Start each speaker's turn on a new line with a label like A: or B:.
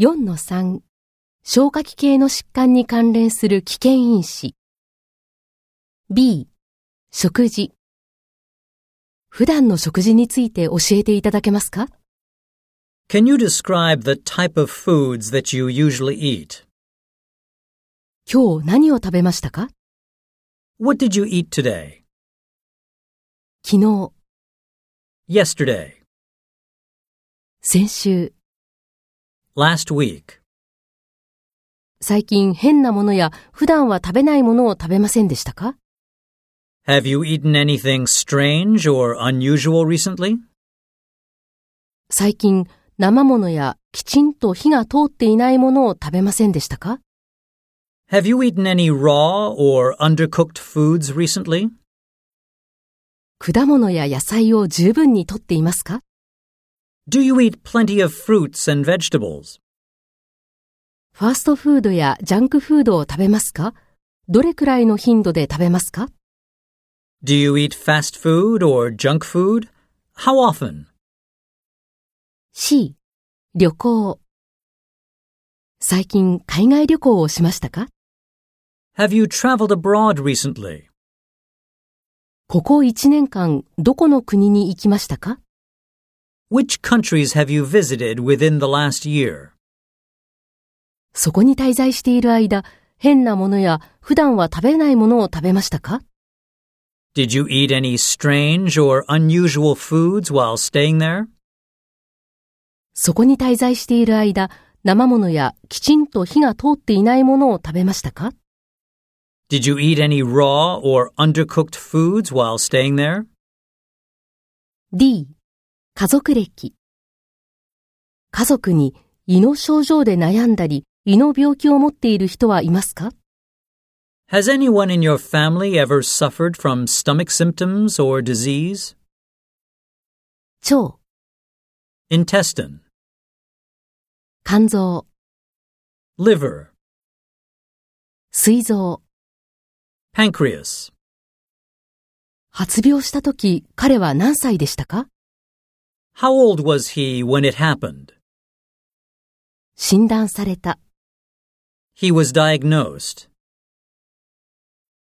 A: 4-3消化器系の疾患に関連する危険因子 B 食事普段の食事について教えていただけますか
B: Can you describe the type of foods that you usually eat?
A: 今日何を食べましたか
B: What did you eat today?
A: 昨日、
B: Yesterday?
A: 先週、
B: Last week?
A: 最近変なものや普段は食べないものを食べませんでしたか
B: Have you eaten anything strange or unusual recently?
A: 最近生ものやきちんと火が通っていないものを食べませんでしたか
B: Have you eaten any raw or undercooked foods recently?
A: 果物や野菜を十分にとっていますか
B: Do you eat plenty of fruits and vegetables?
A: ファーストフードやジャンクフードを食べますかどれくらいの頻度で食べますか
B: Do you eat fast food or junk food? How often?
A: ?C、旅行。最近海外旅行をしましたか
B: Have you traveled abroad recently?
A: ここ1年間どこの国に行きましたか
B: Which countries have you visited within the last year?
A: そこに滞在している間、変なものや普段は食べないものを食べましたか
B: Did you eat any strange or unusual foods while staying there?
A: そこに滞在している間、生ものやきちんと火が通っていないものを食べましたか
B: Did you eat any raw or undercooked foods while staying there?
A: D、家族歴。家族に胃の症状で悩んだり、胃の病気を持っている人はいますか
B: Has anyone in your family ever suffered from stomach symptoms or disease?
A: 腸、
B: Intestine,
A: 肝臓、
B: liver,
A: 膵臓。
B: pancreas.
A: 発病した時、彼は何歳でしたか
B: How old was he when it happened?
A: 診断された。
B: He was diagnosed.